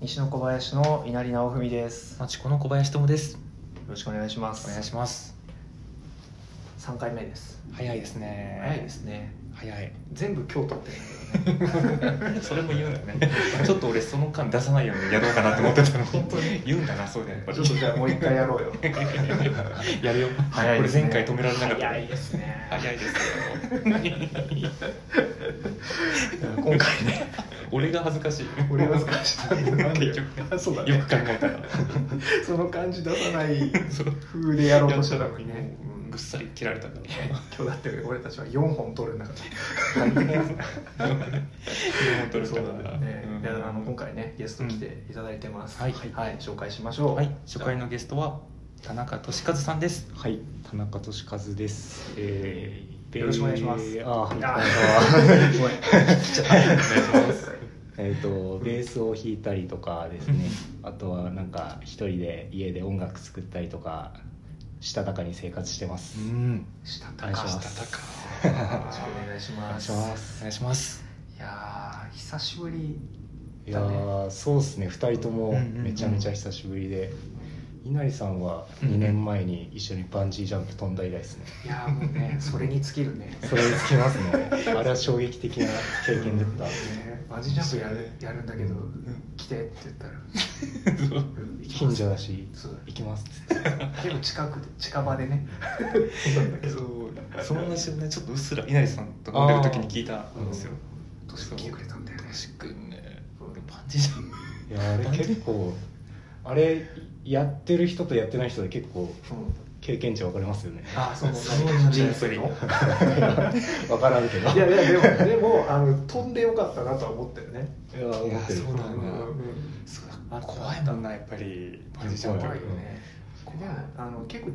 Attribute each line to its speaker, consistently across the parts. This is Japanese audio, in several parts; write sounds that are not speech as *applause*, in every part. Speaker 1: 西の小林の稲荷直文ですよ
Speaker 2: マチコの小林友です。
Speaker 1: ろしくお願いします
Speaker 2: お願いします。
Speaker 1: 3回目です
Speaker 2: 早いですね。
Speaker 1: 早いですね
Speaker 2: 早
Speaker 1: *laughs*
Speaker 2: い。
Speaker 1: 全部今日撮ってるんだけどね
Speaker 2: それも言うんだね。 *laughs* ちょっと俺その間出さないようにやろうかなって思ってたの。
Speaker 1: 本当に
Speaker 2: 言うんだな、そうだよ。
Speaker 1: ちょっとじゃあもう一回やろう
Speaker 2: *laughs*
Speaker 1: よ
Speaker 2: やるよ。
Speaker 1: 早いですね
Speaker 2: 俺前回止められなかった。
Speaker 1: 早いですね
Speaker 2: 早いですよ。
Speaker 1: 今回ね
Speaker 2: 俺が恥ずかしい。
Speaker 1: 俺恥ずかしいなんで
Speaker 2: 結局ね
Speaker 1: あそうだね
Speaker 2: よく考えたら。
Speaker 1: その感じ出さない
Speaker 2: そう
Speaker 1: 風でやろうとしてたのにね
Speaker 2: もうぐっさり切られ
Speaker 1: *laughs*
Speaker 2: たから。 *laughs*
Speaker 1: 今日だって俺たちは4本撮るんだか
Speaker 2: *laughs* 本
Speaker 1: ら
Speaker 2: 当
Speaker 1: そうだね、
Speaker 2: うん
Speaker 1: いやあの今回ねゲスト来ていただいてます、
Speaker 2: うんはい
Speaker 1: 紹介しましょう
Speaker 2: はい、初回のゲストは田中俊和さんです。
Speaker 3: はい、田中俊和です。えー
Speaker 1: よろしくお願いします
Speaker 3: あー、こんにち
Speaker 2: *laughs*
Speaker 3: *laughs*
Speaker 1: あ
Speaker 3: は。
Speaker 1: ごめん切っちゃったお願いします
Speaker 3: えっと、ベースを弾いたりとかですね。あとは、なんか、一人で家で音楽作ったりとか。したたかに生活してます。
Speaker 2: ん、
Speaker 1: した
Speaker 3: お願いします
Speaker 2: したたか
Speaker 1: よろしくお願いし
Speaker 3: お願
Speaker 1: ま
Speaker 3: い
Speaker 1: す
Speaker 3: しま
Speaker 2: お
Speaker 3: す。
Speaker 2: 願いし *laughs* ます。
Speaker 1: いやー久しぶり
Speaker 3: いやー、そうですね。二人と
Speaker 2: うん
Speaker 3: も
Speaker 2: うんうん
Speaker 3: めちゃめちゃ久しぶりで。稲荷さんは2年前に一緒にバンジージャンプ飛んだ以来ですね。
Speaker 1: いやーもうねそれに尽きるね
Speaker 3: それにつきますね。
Speaker 2: *laughs*
Speaker 3: あれは衝撃的な経験だった。
Speaker 1: ねバンジージャンプやるやるんだけど来てって言ったらうん行きます
Speaker 3: 近所だし
Speaker 1: そう
Speaker 3: 行きますっつって。
Speaker 1: 結構近くで近場でね
Speaker 2: そう、その話をね、ちょっとうっすら稲荷さんと飲んでる時に聞いたんですよ。
Speaker 1: *laughs* 年が来てくれたんだよね
Speaker 2: しくんね、
Speaker 1: うん
Speaker 2: バンジージャンプ。
Speaker 3: いやあれ結構あれやってる人とやってない人で結構
Speaker 1: うん
Speaker 3: 経験値分かれますよね *laughs*
Speaker 1: あその
Speaker 2: その
Speaker 1: 人生の
Speaker 3: 分からんけど
Speaker 1: いやいやでもでもあの飛んでよかったなとは思ったよね
Speaker 3: いや思ってる
Speaker 2: いやそうだね
Speaker 1: ん
Speaker 2: そうだ怖いもんな、やっぱり。バンジージャンプ。
Speaker 1: 怖いよねでもあの結構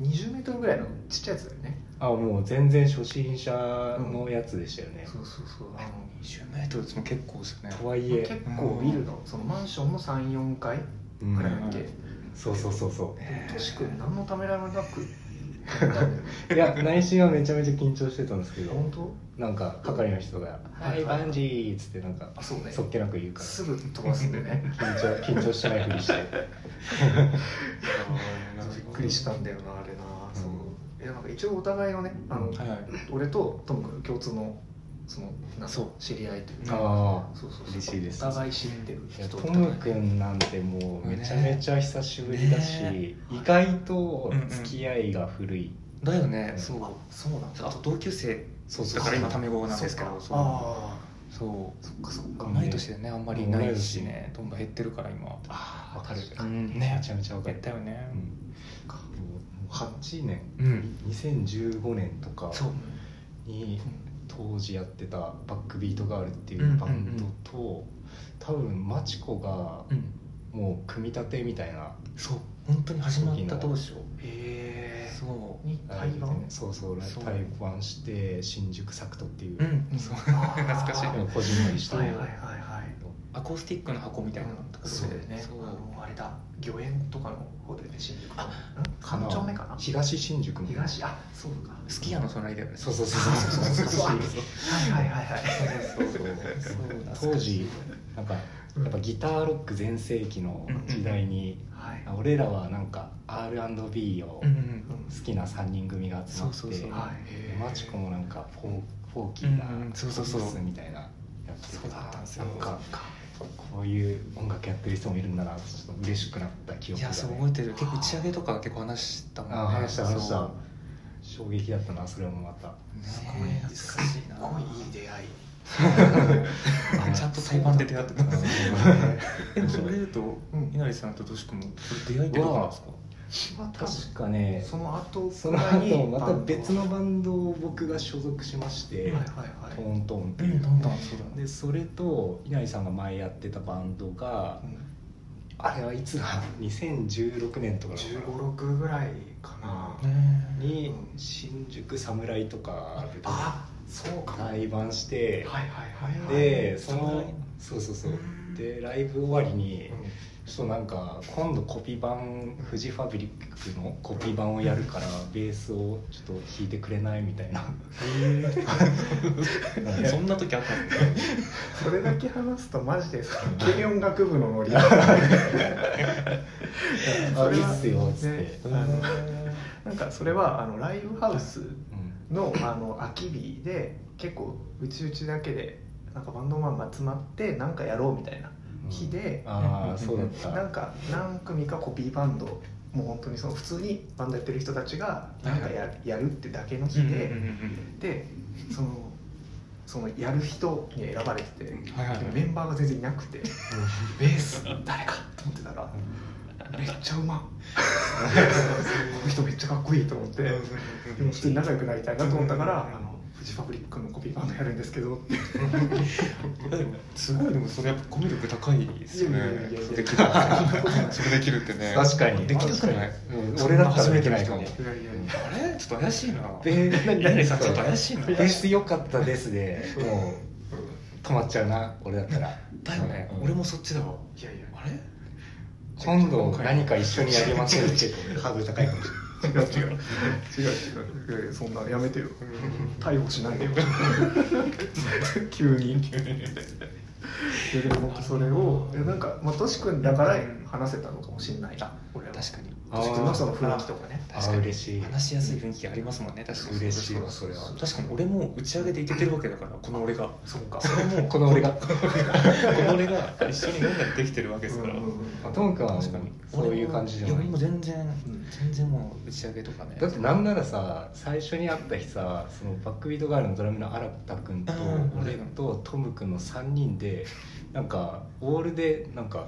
Speaker 1: 20メートルぐらいのちっちゃいやつだよね
Speaker 3: あもう全然初心者のやつでしたよね、
Speaker 1: そうそうそうあの
Speaker 2: 20メートルっても結構ですよね。
Speaker 3: とはいえ
Speaker 1: 結構ビルのそのマンションの34階
Speaker 3: うん
Speaker 1: くらいあって、
Speaker 3: そうそうそうそ
Speaker 1: トシ君何のためらい *laughs* もなく行ったんだよね
Speaker 3: ういや内心はめちゃめちゃ緊張してたんですけど
Speaker 1: 本当
Speaker 3: なんか係の人が「
Speaker 1: は
Speaker 3: はいいバンジー」っつってなんか
Speaker 1: あそうね
Speaker 3: そっけなく言うか
Speaker 1: すぐ飛ばすんでね
Speaker 3: ら緊張緊 *laughs* 張してないふりして
Speaker 2: あー
Speaker 1: *laughs* びっくりしたんだよなあれな、そういやなんか一応お互いのねあの、
Speaker 2: はいはい。
Speaker 1: 俺とトム君共通のそのなんか
Speaker 2: そう
Speaker 1: 知り合いというか
Speaker 3: ああ
Speaker 1: そうそうそう
Speaker 3: 嬉しいです
Speaker 1: お互い知ってる
Speaker 3: いや
Speaker 1: 人
Speaker 3: ト
Speaker 1: と
Speaker 3: ム君なんてもうめちゃめちゃ久しぶりだし、
Speaker 2: ね
Speaker 3: 意外と付き合いが古い、
Speaker 2: だよね、そう。
Speaker 1: そうなんだ
Speaker 2: あと同級生
Speaker 3: そうそう
Speaker 2: だから今タメ語なんですけ
Speaker 1: そ
Speaker 2: ど
Speaker 1: うか
Speaker 2: そう
Speaker 1: あ
Speaker 2: そう
Speaker 1: あそっかそっか、
Speaker 3: うん
Speaker 2: 同い年でねあんまりいないしねどんどん減ってるから今
Speaker 3: あ
Speaker 1: わかる
Speaker 2: うん
Speaker 3: ね
Speaker 2: ね
Speaker 3: めちゃめちゃわか
Speaker 2: 減っ
Speaker 3: る、
Speaker 2: たよね
Speaker 3: うん、もう8年、
Speaker 2: うん
Speaker 3: 2015年とか
Speaker 2: そう
Speaker 3: に当時やってた「バックビートガール」ってい
Speaker 2: んうんう
Speaker 3: うんバンドと、多分マチコが
Speaker 2: うん
Speaker 3: もう組み立てみたいな
Speaker 2: そう本当に始まった当初
Speaker 1: へえ
Speaker 2: そ
Speaker 1: に
Speaker 3: ラ
Speaker 1: 台
Speaker 3: イブで
Speaker 1: 湾
Speaker 3: ねそうそうライ
Speaker 2: そう
Speaker 3: 対バンして新宿サクトっていうう、
Speaker 2: うんそう *laughs* 懐かしい
Speaker 1: あー
Speaker 3: こじんまりした、
Speaker 1: はいはいはいはい
Speaker 2: アコースティックの箱みたいなとこ
Speaker 1: そう
Speaker 2: ろ
Speaker 1: だ
Speaker 2: で
Speaker 1: よね
Speaker 2: そう
Speaker 1: あのあれだ御苑とかの方でね新宿あ
Speaker 3: かな
Speaker 1: 3丁目かな
Speaker 3: 東新宿の
Speaker 1: 東あそうか
Speaker 2: すき家の隣だよね
Speaker 3: そうそうそうそうそうそう
Speaker 1: そうはいはいはいはい
Speaker 3: そう
Speaker 2: そうだ
Speaker 3: 当時なんかやっぱギターロック全盛期の時代に、
Speaker 1: はい
Speaker 3: あ俺らはなんか R&B を
Speaker 2: うん
Speaker 3: 好
Speaker 2: うん
Speaker 3: きな3人組が集まって、
Speaker 2: そうそうそう
Speaker 1: はい
Speaker 3: でマチコもなんかフォーフォーキ
Speaker 2: うん
Speaker 3: ーな
Speaker 2: うんそうそう
Speaker 3: ポ
Speaker 2: そう
Speaker 3: ップスみたいなやって
Speaker 2: そうだったんですよ
Speaker 3: なんかこういう音楽やってる人もいるんだなってちょっと嬉しくなった記
Speaker 2: うんい
Speaker 3: 憶が、
Speaker 2: やそ
Speaker 3: ね、
Speaker 2: う覚えてる結構打ち上げとか結構話したもんね
Speaker 3: あ話した話し
Speaker 2: そ
Speaker 3: た
Speaker 2: う
Speaker 3: 衝撃だったなそれもま *laughs* た
Speaker 2: ね
Speaker 1: すごい
Speaker 2: 懐かしいな
Speaker 1: すごいいい出
Speaker 3: *laughs*
Speaker 1: 会い
Speaker 2: あちゃんと対バンで出会ってたんですねえでもそれで言うと
Speaker 1: うん
Speaker 2: 稲荷さんととしくんも出会いってことなんですか
Speaker 1: また
Speaker 3: 確かね
Speaker 1: その後
Speaker 3: その後また
Speaker 1: バンド
Speaker 3: 別のバンドを僕が所属しまし
Speaker 1: はい
Speaker 3: て、
Speaker 1: はい
Speaker 3: ト
Speaker 1: はい
Speaker 3: ーントーンって
Speaker 2: う
Speaker 3: い
Speaker 2: ん
Speaker 3: う、
Speaker 2: どんどんそうだね
Speaker 3: でそれと稲荷さんが前やってたバンドがあれはいつだ2016年とかだった
Speaker 1: 1
Speaker 3: かな
Speaker 1: 5六ぐらいかな
Speaker 2: ね
Speaker 3: に新宿侍とかで
Speaker 1: あそうかもはい
Speaker 3: 対バンして、
Speaker 1: はいはいはい
Speaker 3: でそ
Speaker 2: 侍
Speaker 3: のそうそうそう
Speaker 2: うん
Speaker 3: でライブ終わりに
Speaker 1: うん
Speaker 3: そうなんか今度コピー版フジファブリックのコピー版をやるからベースをちょっと弾いてくれないみたいな
Speaker 2: そんな時あったんです
Speaker 1: それだけ話すとマ
Speaker 3: *laughs*
Speaker 1: ジでその軽音楽部のノリ
Speaker 3: あいいっすよっつって、
Speaker 1: ねあのなんかそれはあのライブハウス
Speaker 3: うん
Speaker 1: のあの空き日で結構うちうちだけでなんかバンドマンが集まってなんかやろうみたいな日で、
Speaker 3: ああそうだっ
Speaker 1: *laughs* な
Speaker 3: た
Speaker 1: んか何組かコピーバンドもう本当にその普通にバンドやってる人たちがなんかや,、やるってだけの日
Speaker 2: うんうん
Speaker 1: で、
Speaker 2: うん
Speaker 1: でそのそのやる人に選ばれてて、
Speaker 2: はいはいはい
Speaker 1: でもメンバーが全然いなくてベース誰かと思ってたらめっちゃうま *laughs* っこの人めっちゃかっこいいと思って。でも普通に仲良くなりたいなと思ったから、あのフジファブリックのコピーバンドやるんですけどって
Speaker 2: うんすごいでもそれやっぱコミュ力高いですよ
Speaker 1: いやいや
Speaker 2: ね
Speaker 1: いやいや
Speaker 2: できる *laughs* それできるってね
Speaker 3: 確かに
Speaker 2: できなくない
Speaker 3: うん俺だったらできないかも
Speaker 2: そ
Speaker 1: いやいやいや
Speaker 2: あれちょっと怪しいな
Speaker 3: ベース何
Speaker 2: イリさんちょっと怪しいな
Speaker 3: ベース良かったですでもう止まっちゃうな俺だったら
Speaker 2: だよね
Speaker 3: うん
Speaker 2: 俺もそっちだわ
Speaker 1: いやいや
Speaker 2: あれ
Speaker 3: 今度何か一緒にやりましょうってハードル高いかもし
Speaker 1: 違う違う違う違ういやいやそんなやめてよ逮捕しないで *laughs* よ急にいやでも僕それをいやなんかまあトシ君だから話せたのかもしれないな俺は
Speaker 2: 確かに
Speaker 1: トシ君のその雰囲気とかね
Speaker 3: あ
Speaker 2: 確かに
Speaker 3: 嬉しい
Speaker 2: 話しやすい雰囲気ありますもんね確かに
Speaker 3: 嬉しいわそれは
Speaker 2: 確かに俺も打ち上げでいけてるわけだから
Speaker 3: *laughs*
Speaker 2: この俺が
Speaker 1: そうか
Speaker 2: それも
Speaker 3: この俺が
Speaker 2: この俺が一緒に飲んだりできてるわけですから
Speaker 1: うんうんうん
Speaker 3: れないトム君は
Speaker 2: 確かに
Speaker 3: そういう感じじゃ
Speaker 2: や
Speaker 3: な
Speaker 2: 俺も
Speaker 3: い
Speaker 2: 全然全然もう打ち上げとかね
Speaker 3: だってなんならさ最初に会った日さそのバックビートガールのドラムの荒田君と
Speaker 2: うん
Speaker 3: 俺とトム君の3人でなんかオールでなんか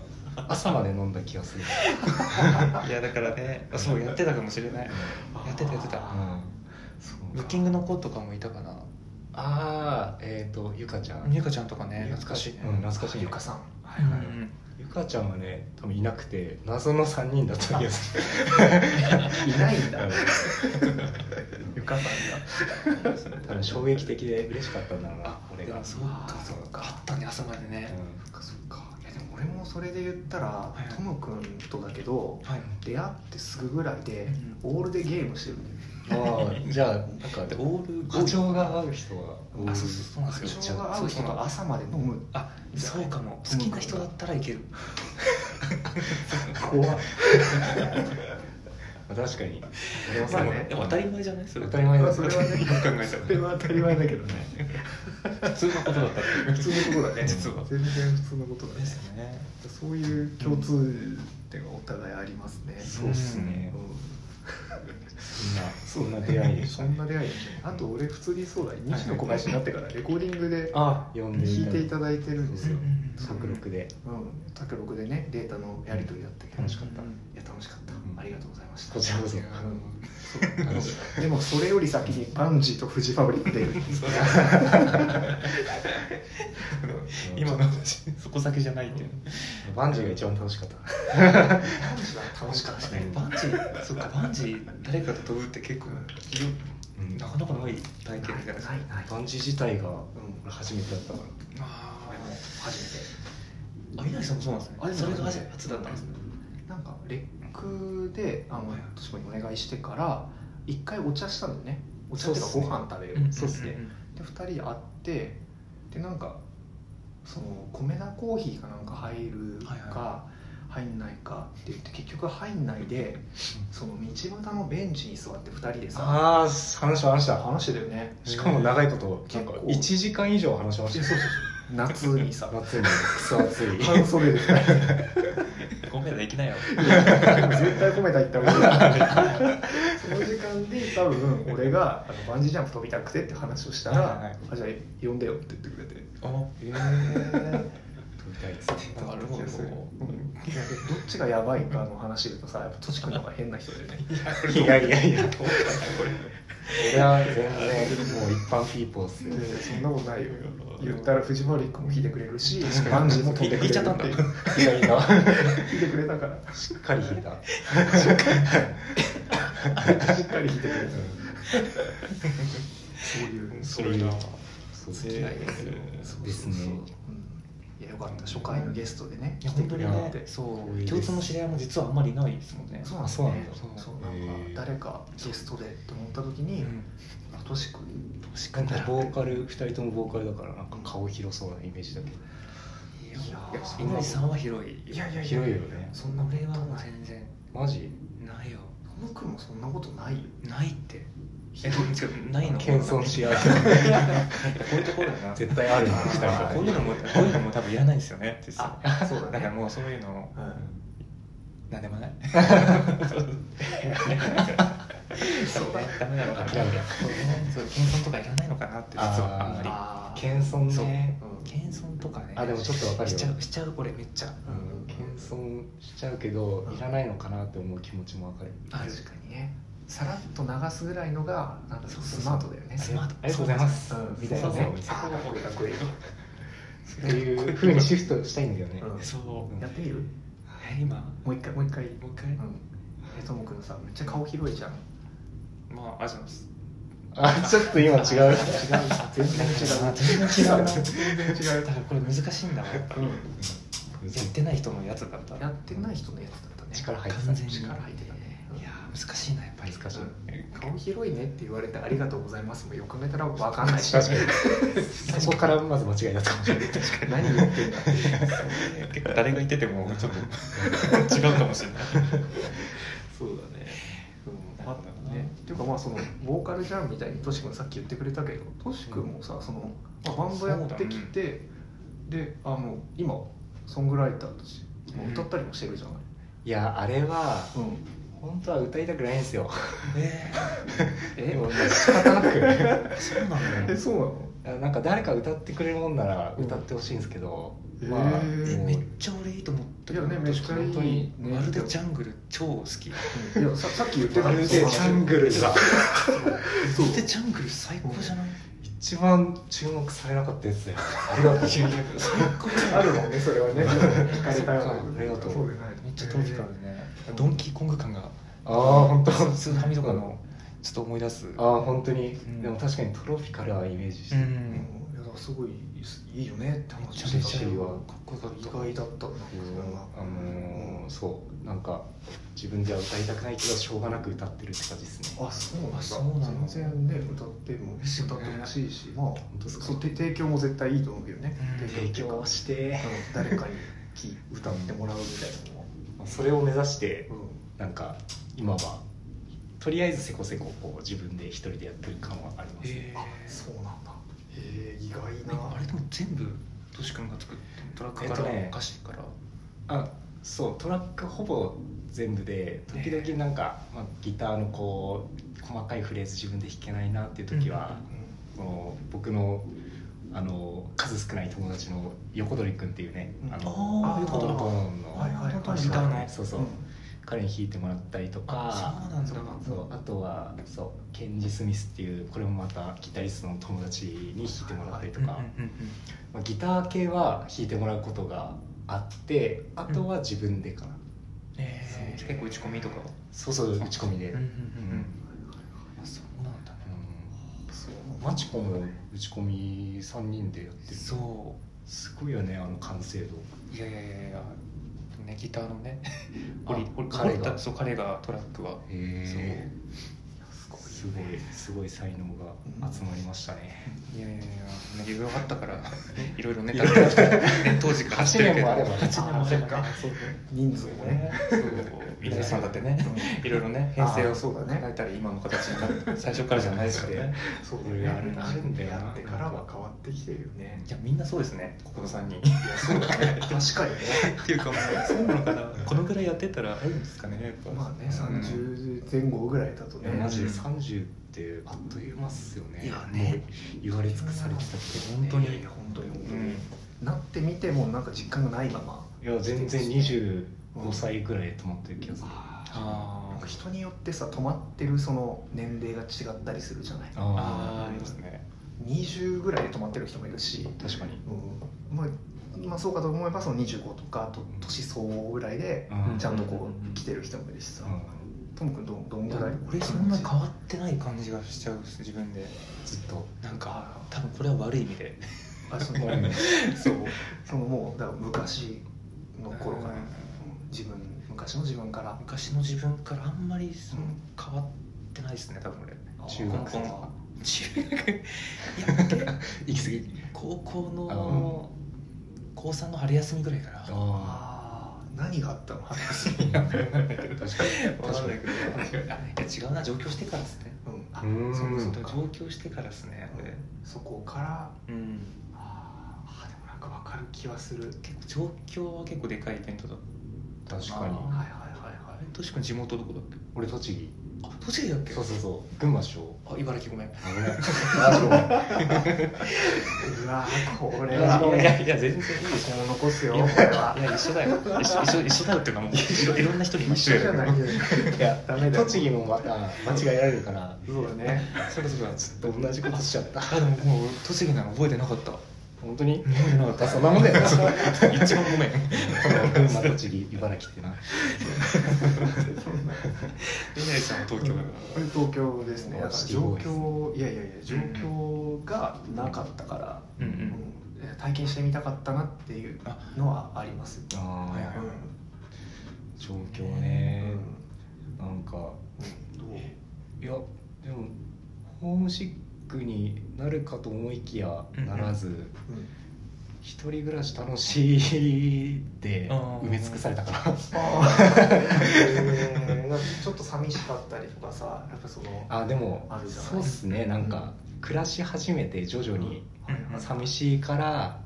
Speaker 3: 朝まで飲んだ気がす
Speaker 2: *laughs*
Speaker 3: る、
Speaker 2: *laughs* いやだからねそうやってたかもしれないやってたやって
Speaker 3: う
Speaker 2: た
Speaker 3: ん、
Speaker 2: ブッキングの子とかもいたかな
Speaker 3: ああえっ、とゆかちゃん
Speaker 2: 美香ちゃんとかね懐かしいね
Speaker 3: うん懐かしい
Speaker 1: ゆかさん
Speaker 3: はいはいゆかちゃんはね多分いなくて謎の3人だった気がする
Speaker 1: いないんだ *laughs* ゆかさん
Speaker 3: *laughs* 多分衝撃的で嬉しかったんだろうな俺
Speaker 2: で
Speaker 3: が
Speaker 2: もそうかそうかあったね朝までね
Speaker 1: がそっかそっかいやでも俺もそれで言ったら
Speaker 2: はい
Speaker 1: トム君とだけど
Speaker 2: はい
Speaker 1: 出会ってすぐぐらいでオールでゲームしてるんだよ
Speaker 3: うんああじゃあなん *laughs* か
Speaker 2: でオール
Speaker 3: 課長が合う人は
Speaker 2: あそうそうそうなんですよ
Speaker 1: 課長が会う人と朝まで飲む
Speaker 2: あそうかも好きな人だったらいける
Speaker 1: 怖っ
Speaker 3: まあ確かに俺も
Speaker 1: まあね
Speaker 2: でも当たり前じゃないそれ
Speaker 3: 当たり前だ
Speaker 1: まあそれはね
Speaker 2: よく考えたら
Speaker 1: それは当たり前だけどね
Speaker 2: 普通のことだったっていう
Speaker 1: 普通のことだね
Speaker 2: 実は
Speaker 1: 全然普通のことだね
Speaker 2: ですね
Speaker 1: そういう共通点がお互いありますね
Speaker 3: そうっすね
Speaker 1: うん
Speaker 3: そんなそんな出会いでした
Speaker 1: そんな出会いでしたねあと俺普通にそうだ西野小林になってからレコーディングで
Speaker 3: あ呼んで
Speaker 1: 弾いてい
Speaker 3: だ
Speaker 1: ただいてるんですよ
Speaker 3: 作録で
Speaker 1: うん卓録でねデータのやり取りだったけど
Speaker 3: 楽しかった
Speaker 1: いや楽しかった、
Speaker 3: うん
Speaker 1: ありがとうございました
Speaker 3: こちらこそ
Speaker 1: いやあのそうあのでもそれより先にバンジーとフジファブリック出る
Speaker 2: 今の話そこ先じゃないっていう
Speaker 3: バンジーが一番楽しかった
Speaker 1: バンジーは楽しかったね
Speaker 2: バンジーそうかバンジー誰かと飛ぶって結構
Speaker 3: うん
Speaker 2: なかなかない体験じゃないですか
Speaker 1: ないない
Speaker 3: バンジー自体が
Speaker 1: ん
Speaker 3: 俺初めてだったから
Speaker 2: あ
Speaker 1: 俺も初
Speaker 2: あ稲荷さんもそうなんですね
Speaker 1: あでも
Speaker 2: それが初初だったんですね
Speaker 1: めてなんかレックであの
Speaker 2: はい
Speaker 1: 私もお願いしてから一回お茶したんだよねお茶っていうか
Speaker 3: そ
Speaker 1: ご
Speaker 3: うっす
Speaker 1: 飯
Speaker 3: ね
Speaker 1: 食べよう
Speaker 2: そうっす
Speaker 1: で
Speaker 2: ね
Speaker 1: で2人会ってでなんかその米田コーヒーかなんか入る
Speaker 2: はい
Speaker 1: か入んないかって言って結局入んないでその道端のベンチに座って2人でさ
Speaker 3: ああ話しました
Speaker 1: 話してたよね
Speaker 3: しかも長いことなんか
Speaker 1: 結構
Speaker 3: 1時間以上話しま
Speaker 1: い
Speaker 3: し
Speaker 1: や
Speaker 3: た
Speaker 1: そうそうそう夏にさ
Speaker 3: 夏にクソ *laughs* 暑い
Speaker 1: 半袖でさ
Speaker 2: ごめんな行きなよ
Speaker 1: 絶対米田行った方がいいその時間で多分俺があのバンジージャンプ飛びたくてって話をしたら「
Speaker 2: はいはい
Speaker 1: あじゃあ呼んでよ」って言ってくれて
Speaker 2: あ
Speaker 3: え *laughs* ー撮りたいっつって
Speaker 2: なるほ
Speaker 1: うんい
Speaker 2: ど
Speaker 1: やでどっちがやばいかの話で言うとさやっぱトシ君の方が変な人だよね
Speaker 3: いやいやいや俺は全然もう一般ピーポーっすよ
Speaker 1: でそんなことないよ言ったらフジファブリックも弾いてくれるしバンジーも飛んでくれる
Speaker 2: 弾いちゃったんだ
Speaker 1: 弾
Speaker 3: *laughs* いやいや
Speaker 1: いてくれたから
Speaker 3: しっかり弾いた
Speaker 1: しっかり弾いてくれたそういう
Speaker 2: 面白いな
Speaker 3: そう
Speaker 1: そう
Speaker 3: ですね
Speaker 1: そうそううんいやよかった初回のゲストでね
Speaker 2: いや本当に
Speaker 1: 来てく
Speaker 2: ね
Speaker 1: れて
Speaker 2: そう共通の知り合いも実はあんまりいないですもんね
Speaker 1: そう
Speaker 2: う
Speaker 1: なんです
Speaker 3: そうなん
Speaker 1: ね
Speaker 3: だ
Speaker 1: そう
Speaker 2: そう
Speaker 1: なんか誰かゲストでと思った時に
Speaker 2: ん
Speaker 1: あとしく
Speaker 3: しかもボーカル2人ともボーカルだからなんか顔広そうなイメージだけど
Speaker 2: い
Speaker 1: いや
Speaker 2: や稲荷さんは広い
Speaker 1: いやいや
Speaker 3: 広いよね
Speaker 1: そ
Speaker 2: そ
Speaker 1: ん
Speaker 2: ん
Speaker 1: な
Speaker 2: な
Speaker 1: 俺
Speaker 2: 俺
Speaker 1: は
Speaker 2: は
Speaker 1: も
Speaker 2: も
Speaker 1: う
Speaker 2: う
Speaker 1: 全
Speaker 2: 全然
Speaker 3: マジ
Speaker 2: ないよ
Speaker 1: このくんもそんなことないよ
Speaker 2: ないってえどっちかないの
Speaker 3: 謙遜し合う
Speaker 2: こういうところだな
Speaker 3: *laughs* 絶対あるな2人と
Speaker 2: こう
Speaker 3: も
Speaker 2: いうのもこういうのも多分いらないですよね実際
Speaker 1: あそうだね
Speaker 2: だからもうそういうの
Speaker 1: うん
Speaker 2: なんでもない
Speaker 1: そうだね
Speaker 2: ダメなのかな
Speaker 3: 諦めた
Speaker 2: そうねそう謙遜とかいらないのかなって実はあんまり
Speaker 1: あー
Speaker 3: 謙遜ね
Speaker 1: うん
Speaker 2: 謙遜とかね
Speaker 3: あでもちょっとわかるよ
Speaker 2: しちゃうしちゃう俺めっちゃ
Speaker 3: うん謙遜しちゃうけどいらないのかなって思う気持ちもわかる
Speaker 2: ある
Speaker 1: 確かにねさらっと流すぐらいのがなんだろうスマートだよね
Speaker 2: スマート
Speaker 3: ありがとうございます
Speaker 1: うん
Speaker 3: みたいなね
Speaker 1: そうそう
Speaker 2: あーかっこいいかっこいい
Speaker 3: っていう風にシフトしたいんだよね
Speaker 1: うん
Speaker 2: そう
Speaker 1: やってみる
Speaker 2: え今
Speaker 1: もう一回もう一回
Speaker 2: もう一回
Speaker 1: うんえともくんさめっちゃ顔広いじゃん
Speaker 2: まあアジノス
Speaker 3: あちょっと今違う
Speaker 2: 違う違う
Speaker 3: 全然違う
Speaker 2: 全然違うな
Speaker 1: 全然違う
Speaker 2: だからこれ難しいんだわやっぱりやってない人のやつだった
Speaker 1: やってない人のやつだったね
Speaker 3: 力入ってた
Speaker 2: 完全に
Speaker 1: 力入ってたね
Speaker 2: いやー難しいなやっぱり
Speaker 3: 難しい
Speaker 2: うん
Speaker 1: 顔広いねって言われてありがとうございますもよく見たらわかんないし
Speaker 3: 確かにそこからまず間違いだったかもしれない
Speaker 1: 何言ってんだって
Speaker 2: 結構誰がいててもちょっ
Speaker 1: *laughs*
Speaker 2: と違うかもしれない
Speaker 1: そうだねうん
Speaker 2: な
Speaker 1: あ
Speaker 2: るほどな
Speaker 1: ねっていうかまあそのボーカルじゃんみたいにトシ君さっき言ってくれたけどトシ君もさその、まあバンドやってきて、であの今ソングライターとしてもう歌ったりもしてるじゃない、
Speaker 3: いやあれは
Speaker 1: うん、
Speaker 3: 本当は歌いたくないんですよ
Speaker 2: え
Speaker 3: で
Speaker 1: え
Speaker 3: も仕方なく
Speaker 2: ー、そうなんだ
Speaker 1: え
Speaker 2: よ
Speaker 1: そうなの
Speaker 3: なんか誰か歌ってくれるもんなら歌ってほしいんですけど、
Speaker 1: うん
Speaker 3: まあ、
Speaker 1: えー
Speaker 2: え
Speaker 3: もう
Speaker 2: めっちゃ俺いいと思ったけど
Speaker 1: いやねめっちゃいい
Speaker 2: 本当に
Speaker 1: ね
Speaker 2: まるでジャングル超好き
Speaker 1: いやささっき言ってた
Speaker 3: まるでジャングルが
Speaker 1: そう
Speaker 2: でジャングル最高じゃない
Speaker 3: 一番注目されなかったやつだよありが *laughs* とう
Speaker 2: 最高じゃない
Speaker 1: あるもんねそれはね聞かれたよ
Speaker 3: そっかありがとう
Speaker 1: そうでない
Speaker 2: めっちゃトロピカルでねドンキーコング感が
Speaker 3: ああ本当
Speaker 2: ススーファミとかのちょっと思い出す
Speaker 3: ああ本当に、
Speaker 2: ん
Speaker 3: でも確かにトロピカルはイメージして
Speaker 2: う
Speaker 3: る、
Speaker 1: うん
Speaker 2: ん
Speaker 1: いやだからすごいいいよねって
Speaker 2: め
Speaker 1: 話
Speaker 2: ち
Speaker 1: を
Speaker 2: ゃ
Speaker 1: して
Speaker 2: め
Speaker 1: た
Speaker 2: ちゃ
Speaker 1: け
Speaker 2: いい
Speaker 1: ど
Speaker 2: わかっこよかった
Speaker 1: 意外だったなんかそれは
Speaker 3: あのーそうなんか自分では歌いたくないけどしょうがなく歌ってるって感じですね
Speaker 1: あそうなんだ
Speaker 2: あそうなの
Speaker 1: 全然ね歌っても
Speaker 2: ですよ
Speaker 1: 歌
Speaker 2: ね
Speaker 1: ってほしいしまあ
Speaker 3: ですか
Speaker 1: そうて提供も絶対いいと思うけどね
Speaker 2: うん
Speaker 1: 提供
Speaker 3: 供して
Speaker 1: あの誰かに聴い歌ってもらうみたいなのも
Speaker 3: それを目指して
Speaker 1: う
Speaker 3: なんか今はとりあえずせこせここう自分で一人でやってる感はあります、ね
Speaker 2: え
Speaker 1: んあそうなんだへえ意外
Speaker 2: あれ
Speaker 1: な
Speaker 2: でも全部トシ君が作ったトラック
Speaker 3: えっ
Speaker 2: か
Speaker 3: と
Speaker 2: ら、
Speaker 3: ね
Speaker 2: 歌詞から
Speaker 3: あそうトラックほぼ全部で時々なんか、まあ、ギターのこう細かいフレーズ自分で弾けないなっていう時は、この僕のあの数少ない友達の横取君っていうね、
Speaker 1: うん
Speaker 3: あ
Speaker 2: あ
Speaker 3: の
Speaker 2: ー横取君
Speaker 3: トントンの、
Speaker 1: はいはいはい
Speaker 3: ギターのそう
Speaker 1: う
Speaker 3: そう、
Speaker 1: ん
Speaker 3: 彼に弾いてもらったりとか
Speaker 2: そうなんだ
Speaker 1: そうなんだ
Speaker 3: そうあとはそうケンジ・スミスっていうこれもまたギタリストの友達に弾いてもらったりとか、
Speaker 2: うんうんうん
Speaker 3: まあ、ギター系は弾いてもらうことがあってあとは自分でかな、
Speaker 2: えー
Speaker 1: そう
Speaker 2: 結構打ち込みとか
Speaker 3: そうそう打ち込みで、
Speaker 2: うん
Speaker 3: う
Speaker 2: うんんあそうなんだね
Speaker 1: そう
Speaker 3: マチコも打ち込み3人でやってる
Speaker 2: そ
Speaker 3: すごいよねあの完成度
Speaker 2: ういやいやいやいやでもねギターの *laughs* ね
Speaker 3: あ
Speaker 2: 折り折り
Speaker 3: 彼
Speaker 2: 折
Speaker 3: が
Speaker 2: ったそう彼がトラックは
Speaker 3: へ
Speaker 1: す
Speaker 3: え
Speaker 1: ごい
Speaker 3: すごいすごい才能が集まりましたね、
Speaker 2: いやいやいやねいろいろあったからいろいろネタがあったからね当時から走ってるけど
Speaker 3: 8年もあればね
Speaker 2: 8年もあればね
Speaker 1: そうね人数も *laughs* ね
Speaker 2: そう *laughs* 皆さんだってねいろいろね編成
Speaker 1: あー
Speaker 2: を
Speaker 1: そうだね
Speaker 2: 考えたり今の形にな *laughs* って最初からじゃないですからね
Speaker 1: そうだ
Speaker 3: いろいろあ
Speaker 1: ね
Speaker 3: るなあるんだよな
Speaker 1: やってからは変わってきてるよね
Speaker 2: いやみんなそうですねここの3人
Speaker 1: いやそうだね確かに
Speaker 2: *laughs*
Speaker 1: ね
Speaker 2: っていうかもうそうなのかなこのぐらいやってたらあるんですかねやっぱ
Speaker 1: まあね
Speaker 2: うん
Speaker 1: 30前後ぐらいだとね
Speaker 3: いやマジで
Speaker 2: うん
Speaker 3: 30ってあっという間っすよね
Speaker 2: いやね
Speaker 3: もう言われ尽くされてたけど、ね、
Speaker 2: 本当に
Speaker 1: いやいや本当に本当
Speaker 2: う
Speaker 1: に、
Speaker 2: ん
Speaker 1: なってみてもなんか実感がないまま
Speaker 3: いや全然25歳ぐらいで止まってる気がする
Speaker 1: な
Speaker 2: あ
Speaker 1: んか人によってさ止まってるその年齢が違ったりするじゃない
Speaker 2: あ
Speaker 3: あ
Speaker 2: あーありますね
Speaker 1: 20ぐらいで止まってる人もいるし、
Speaker 3: ー確かに
Speaker 1: うんまあ、まあそうかと思えばその25とかあと年相応ぐらいで
Speaker 3: うん
Speaker 1: ちゃんとこう来てる人もいるしさ、
Speaker 3: うん
Speaker 1: トム君どんどんぐらい
Speaker 2: 俺そんな変わってない感じがしちゃう自分で
Speaker 3: ずっと
Speaker 2: なんか多分これは悪い意味で
Speaker 1: あその
Speaker 3: そう
Speaker 1: そのもうだから昔の頃から、
Speaker 2: うん
Speaker 1: うん自分昔の自分から
Speaker 2: 昔の自分からあんまりその
Speaker 1: うん
Speaker 2: 変わってないですね多分俺
Speaker 3: 中学
Speaker 2: 生
Speaker 1: 生
Speaker 2: とか中学いや
Speaker 3: 行き過ぎ
Speaker 2: 高校
Speaker 3: あ
Speaker 2: の高3の春休みぐらいから
Speaker 3: あ
Speaker 1: ああ何があったの話、
Speaker 3: あいや分かんないけど確かに
Speaker 2: わかんないけど
Speaker 3: 確かに
Speaker 2: あいや違うな上京してからですね
Speaker 1: うんあ
Speaker 3: うん
Speaker 1: そううんそ
Speaker 2: 上
Speaker 1: うか
Speaker 2: 京してからですね
Speaker 1: そこから
Speaker 2: うん
Speaker 1: あーでもなんかわかる気はする
Speaker 2: 結構上京は結構でかいイベントだ
Speaker 3: 確かに
Speaker 2: あ
Speaker 1: はいはいはいはい
Speaker 2: としくん地元どこだっけ
Speaker 3: 俺栃木
Speaker 2: あ栃木だっけ
Speaker 3: そうそうそう群馬市を
Speaker 2: あ茨城ごめん
Speaker 3: 危ないあ
Speaker 1: うわーこ
Speaker 2: い
Speaker 1: れは
Speaker 2: やいやいや全然いいです
Speaker 1: こう残すよ
Speaker 2: い
Speaker 1: こ
Speaker 2: や
Speaker 1: れはい
Speaker 2: や一緒だよ一緒一緒一緒だよっていうかもういろいろんな人に
Speaker 1: 一緒じゃないよ
Speaker 3: そういや
Speaker 1: ダメだよ
Speaker 3: 栃木もまた間違えられるから
Speaker 1: そうだね
Speaker 2: そうだそうだ
Speaker 3: ちょっと同じことしちゃった
Speaker 2: あでももう栃木なの覚えてなかった
Speaker 3: 本当に
Speaker 2: 覚えてなかった
Speaker 3: そんなも *laughs* んだよな
Speaker 2: 一番ごめん
Speaker 3: 群馬栃木茨城ってな
Speaker 2: 稲井さんは東京だか
Speaker 1: これ東京ですねだから
Speaker 3: すご
Speaker 1: 状
Speaker 3: い
Speaker 1: 況いやいやいや状況がなかったから、
Speaker 2: らうんう
Speaker 1: うんん体験してみたかったなっていうのはあります
Speaker 3: ああ、
Speaker 2: はいはい
Speaker 1: うん
Speaker 3: 状況
Speaker 1: うん
Speaker 3: ね、なんか
Speaker 1: どう
Speaker 3: いやでもホームシックになるかと思いきや
Speaker 2: うん
Speaker 3: ならず、
Speaker 1: うん
Speaker 3: 一人暮らし楽しいで
Speaker 2: あー
Speaker 3: 埋め尽くされたから
Speaker 1: あーなんかちょっと寂しかったりとかさやっぱその
Speaker 3: あでも
Speaker 1: あるじゃない
Speaker 3: そうっすねなんか、暮らし始めて徐々に
Speaker 1: はいはい
Speaker 3: 寂しいから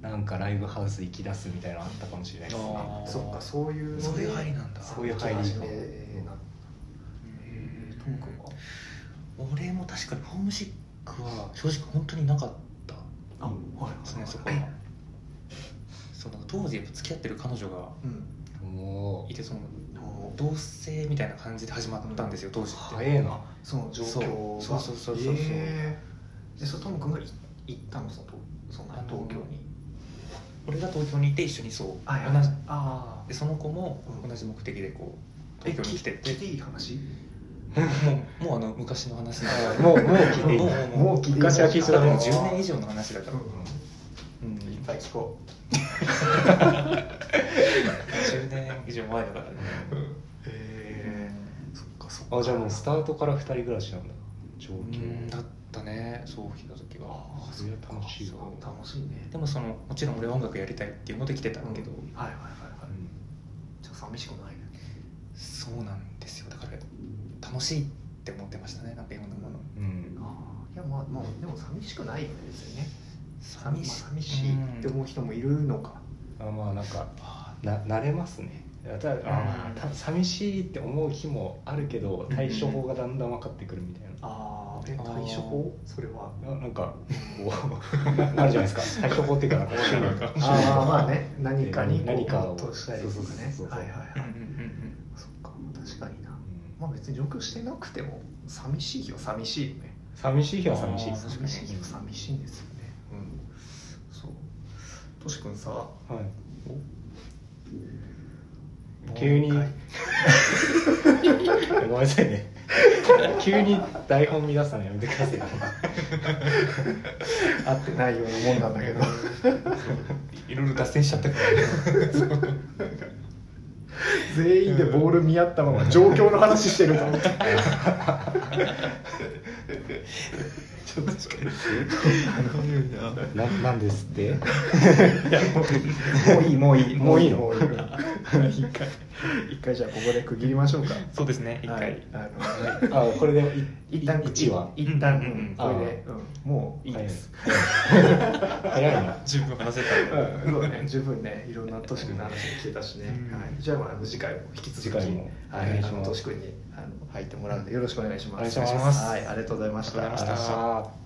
Speaker 3: なんかライブハウス行き出すみたいなのあったかもしれないですね
Speaker 2: あー
Speaker 1: そっかそういう
Speaker 2: そういう入りなんだ
Speaker 1: そういう入り
Speaker 3: そう
Speaker 1: の
Speaker 3: いう入りの
Speaker 1: えートークは
Speaker 2: 俺も確かにホームシックは正直本当になかった
Speaker 1: あはい
Speaker 2: ですねそこはそうなんか当時やっぱ付き合ってる彼女が
Speaker 1: うん
Speaker 3: も
Speaker 2: いてその
Speaker 1: の
Speaker 2: 同棲みたいな感じで始まったんですよ当時って
Speaker 3: 早えな
Speaker 1: その状況が
Speaker 2: そうそうそうそうそう
Speaker 1: えーでそれトム君がい行ったのそのその
Speaker 2: あの
Speaker 1: 東京に
Speaker 2: 俺が東京にいて一緒にそう
Speaker 1: はい
Speaker 2: 同じ
Speaker 1: あ
Speaker 2: でその子も
Speaker 1: うん
Speaker 2: 同じ目的でこう
Speaker 1: ーえ
Speaker 2: 東京に来て
Speaker 1: き聞いていい話
Speaker 2: もうもうあの昔の話な
Speaker 3: あ
Speaker 2: んで
Speaker 3: ーもうもう聞いていい
Speaker 2: もうもうもう
Speaker 1: もう聞いていい
Speaker 3: 昔は聞いて
Speaker 2: だっ
Speaker 3: た
Speaker 2: てもう
Speaker 3: の
Speaker 2: 10年以上の話だから、うん、
Speaker 1: いっぱい聞こ
Speaker 2: 10年以上前だからね、
Speaker 1: うへえそっかそっか
Speaker 3: あじゃあもうスタートから二人暮らしなんだ状
Speaker 2: う
Speaker 3: 況
Speaker 2: ん、だったねそう来た時は
Speaker 1: あー
Speaker 3: それは楽しいわ
Speaker 1: そう楽しいね
Speaker 2: でもそのもちろん俺は音楽やりたいっていうので来てたけど、
Speaker 1: うんはいはいはいは
Speaker 3: う
Speaker 1: い
Speaker 3: ん
Speaker 1: じゃあ寂しくないね
Speaker 2: そうなんですよだから楽しいって思ってましたねなんかいろんなもの
Speaker 3: うん
Speaker 1: ああいやまあもうでも寂しくないよね別にね
Speaker 2: 寂しい
Speaker 1: まあ寂しいって思う人もいるのか
Speaker 3: あまあなんか
Speaker 2: あ
Speaker 3: な慣れますねいやただあーた寂しいって思う日もあるけど対処法がだんだん分かってくるみたいな
Speaker 1: ああえ
Speaker 2: あ
Speaker 1: 対
Speaker 2: ー
Speaker 1: 処法それは
Speaker 3: ななんかこ *laughs* うなあるじゃないですか対処法っていうか *laughs* なんか趣味
Speaker 2: あー
Speaker 3: 趣味と
Speaker 1: あ
Speaker 3: か
Speaker 1: あまあね何かに
Speaker 3: 何かを
Speaker 1: こうしたりとかね
Speaker 3: そうそうそうそう
Speaker 1: はいはいはい
Speaker 2: ーうんうんうん
Speaker 1: そっか確かにな
Speaker 3: うん
Speaker 1: まあ別に上京してなくても寂しい日は寂しいよね
Speaker 3: 寂しい日は寂しい
Speaker 2: あ
Speaker 3: で
Speaker 2: ー
Speaker 3: す
Speaker 2: 確
Speaker 1: 寂
Speaker 2: かに
Speaker 1: しい日は寂しいんですよねうんそうとしくんさ
Speaker 3: はい急に
Speaker 1: もう
Speaker 3: *laughs*
Speaker 1: 一回
Speaker 3: ごめんなさいね *laughs* 急に台本見出すのやめてくださいね
Speaker 1: 会ってないようなもんなんだけど
Speaker 2: うんいろいろ脱線しちゃったから、ね、
Speaker 1: *laughs* 全員でボール見合ったまま状況の話してると *laughs* 思って
Speaker 2: ちょっと確
Speaker 1: *laughs*
Speaker 2: かに
Speaker 3: ななんですって
Speaker 1: もういいもういい
Speaker 3: もういいの
Speaker 1: もういいもういい *laughs* 一回一回じゃあここで区切りましょうか
Speaker 2: そうですね一回、
Speaker 1: はいあの
Speaker 3: あこれでい
Speaker 1: 一旦
Speaker 3: 一は
Speaker 1: 一旦、
Speaker 2: うん
Speaker 1: うんこれで、うんもういいです、
Speaker 3: 早いな
Speaker 2: 十分話せたんで、
Speaker 1: うんそうね十分ねいろんなとしくんの話が聞けたしね、
Speaker 2: うん
Speaker 1: はい、じゃあまああの次回も引き続き
Speaker 3: 次回も
Speaker 1: は
Speaker 3: お願
Speaker 1: い、
Speaker 3: い
Speaker 1: あ
Speaker 3: します
Speaker 1: のとしくんにあの入ってもらうんでよろしくお願いします
Speaker 3: お願いします
Speaker 1: はいありがとうございました
Speaker 2: ありがとうございました
Speaker 3: あ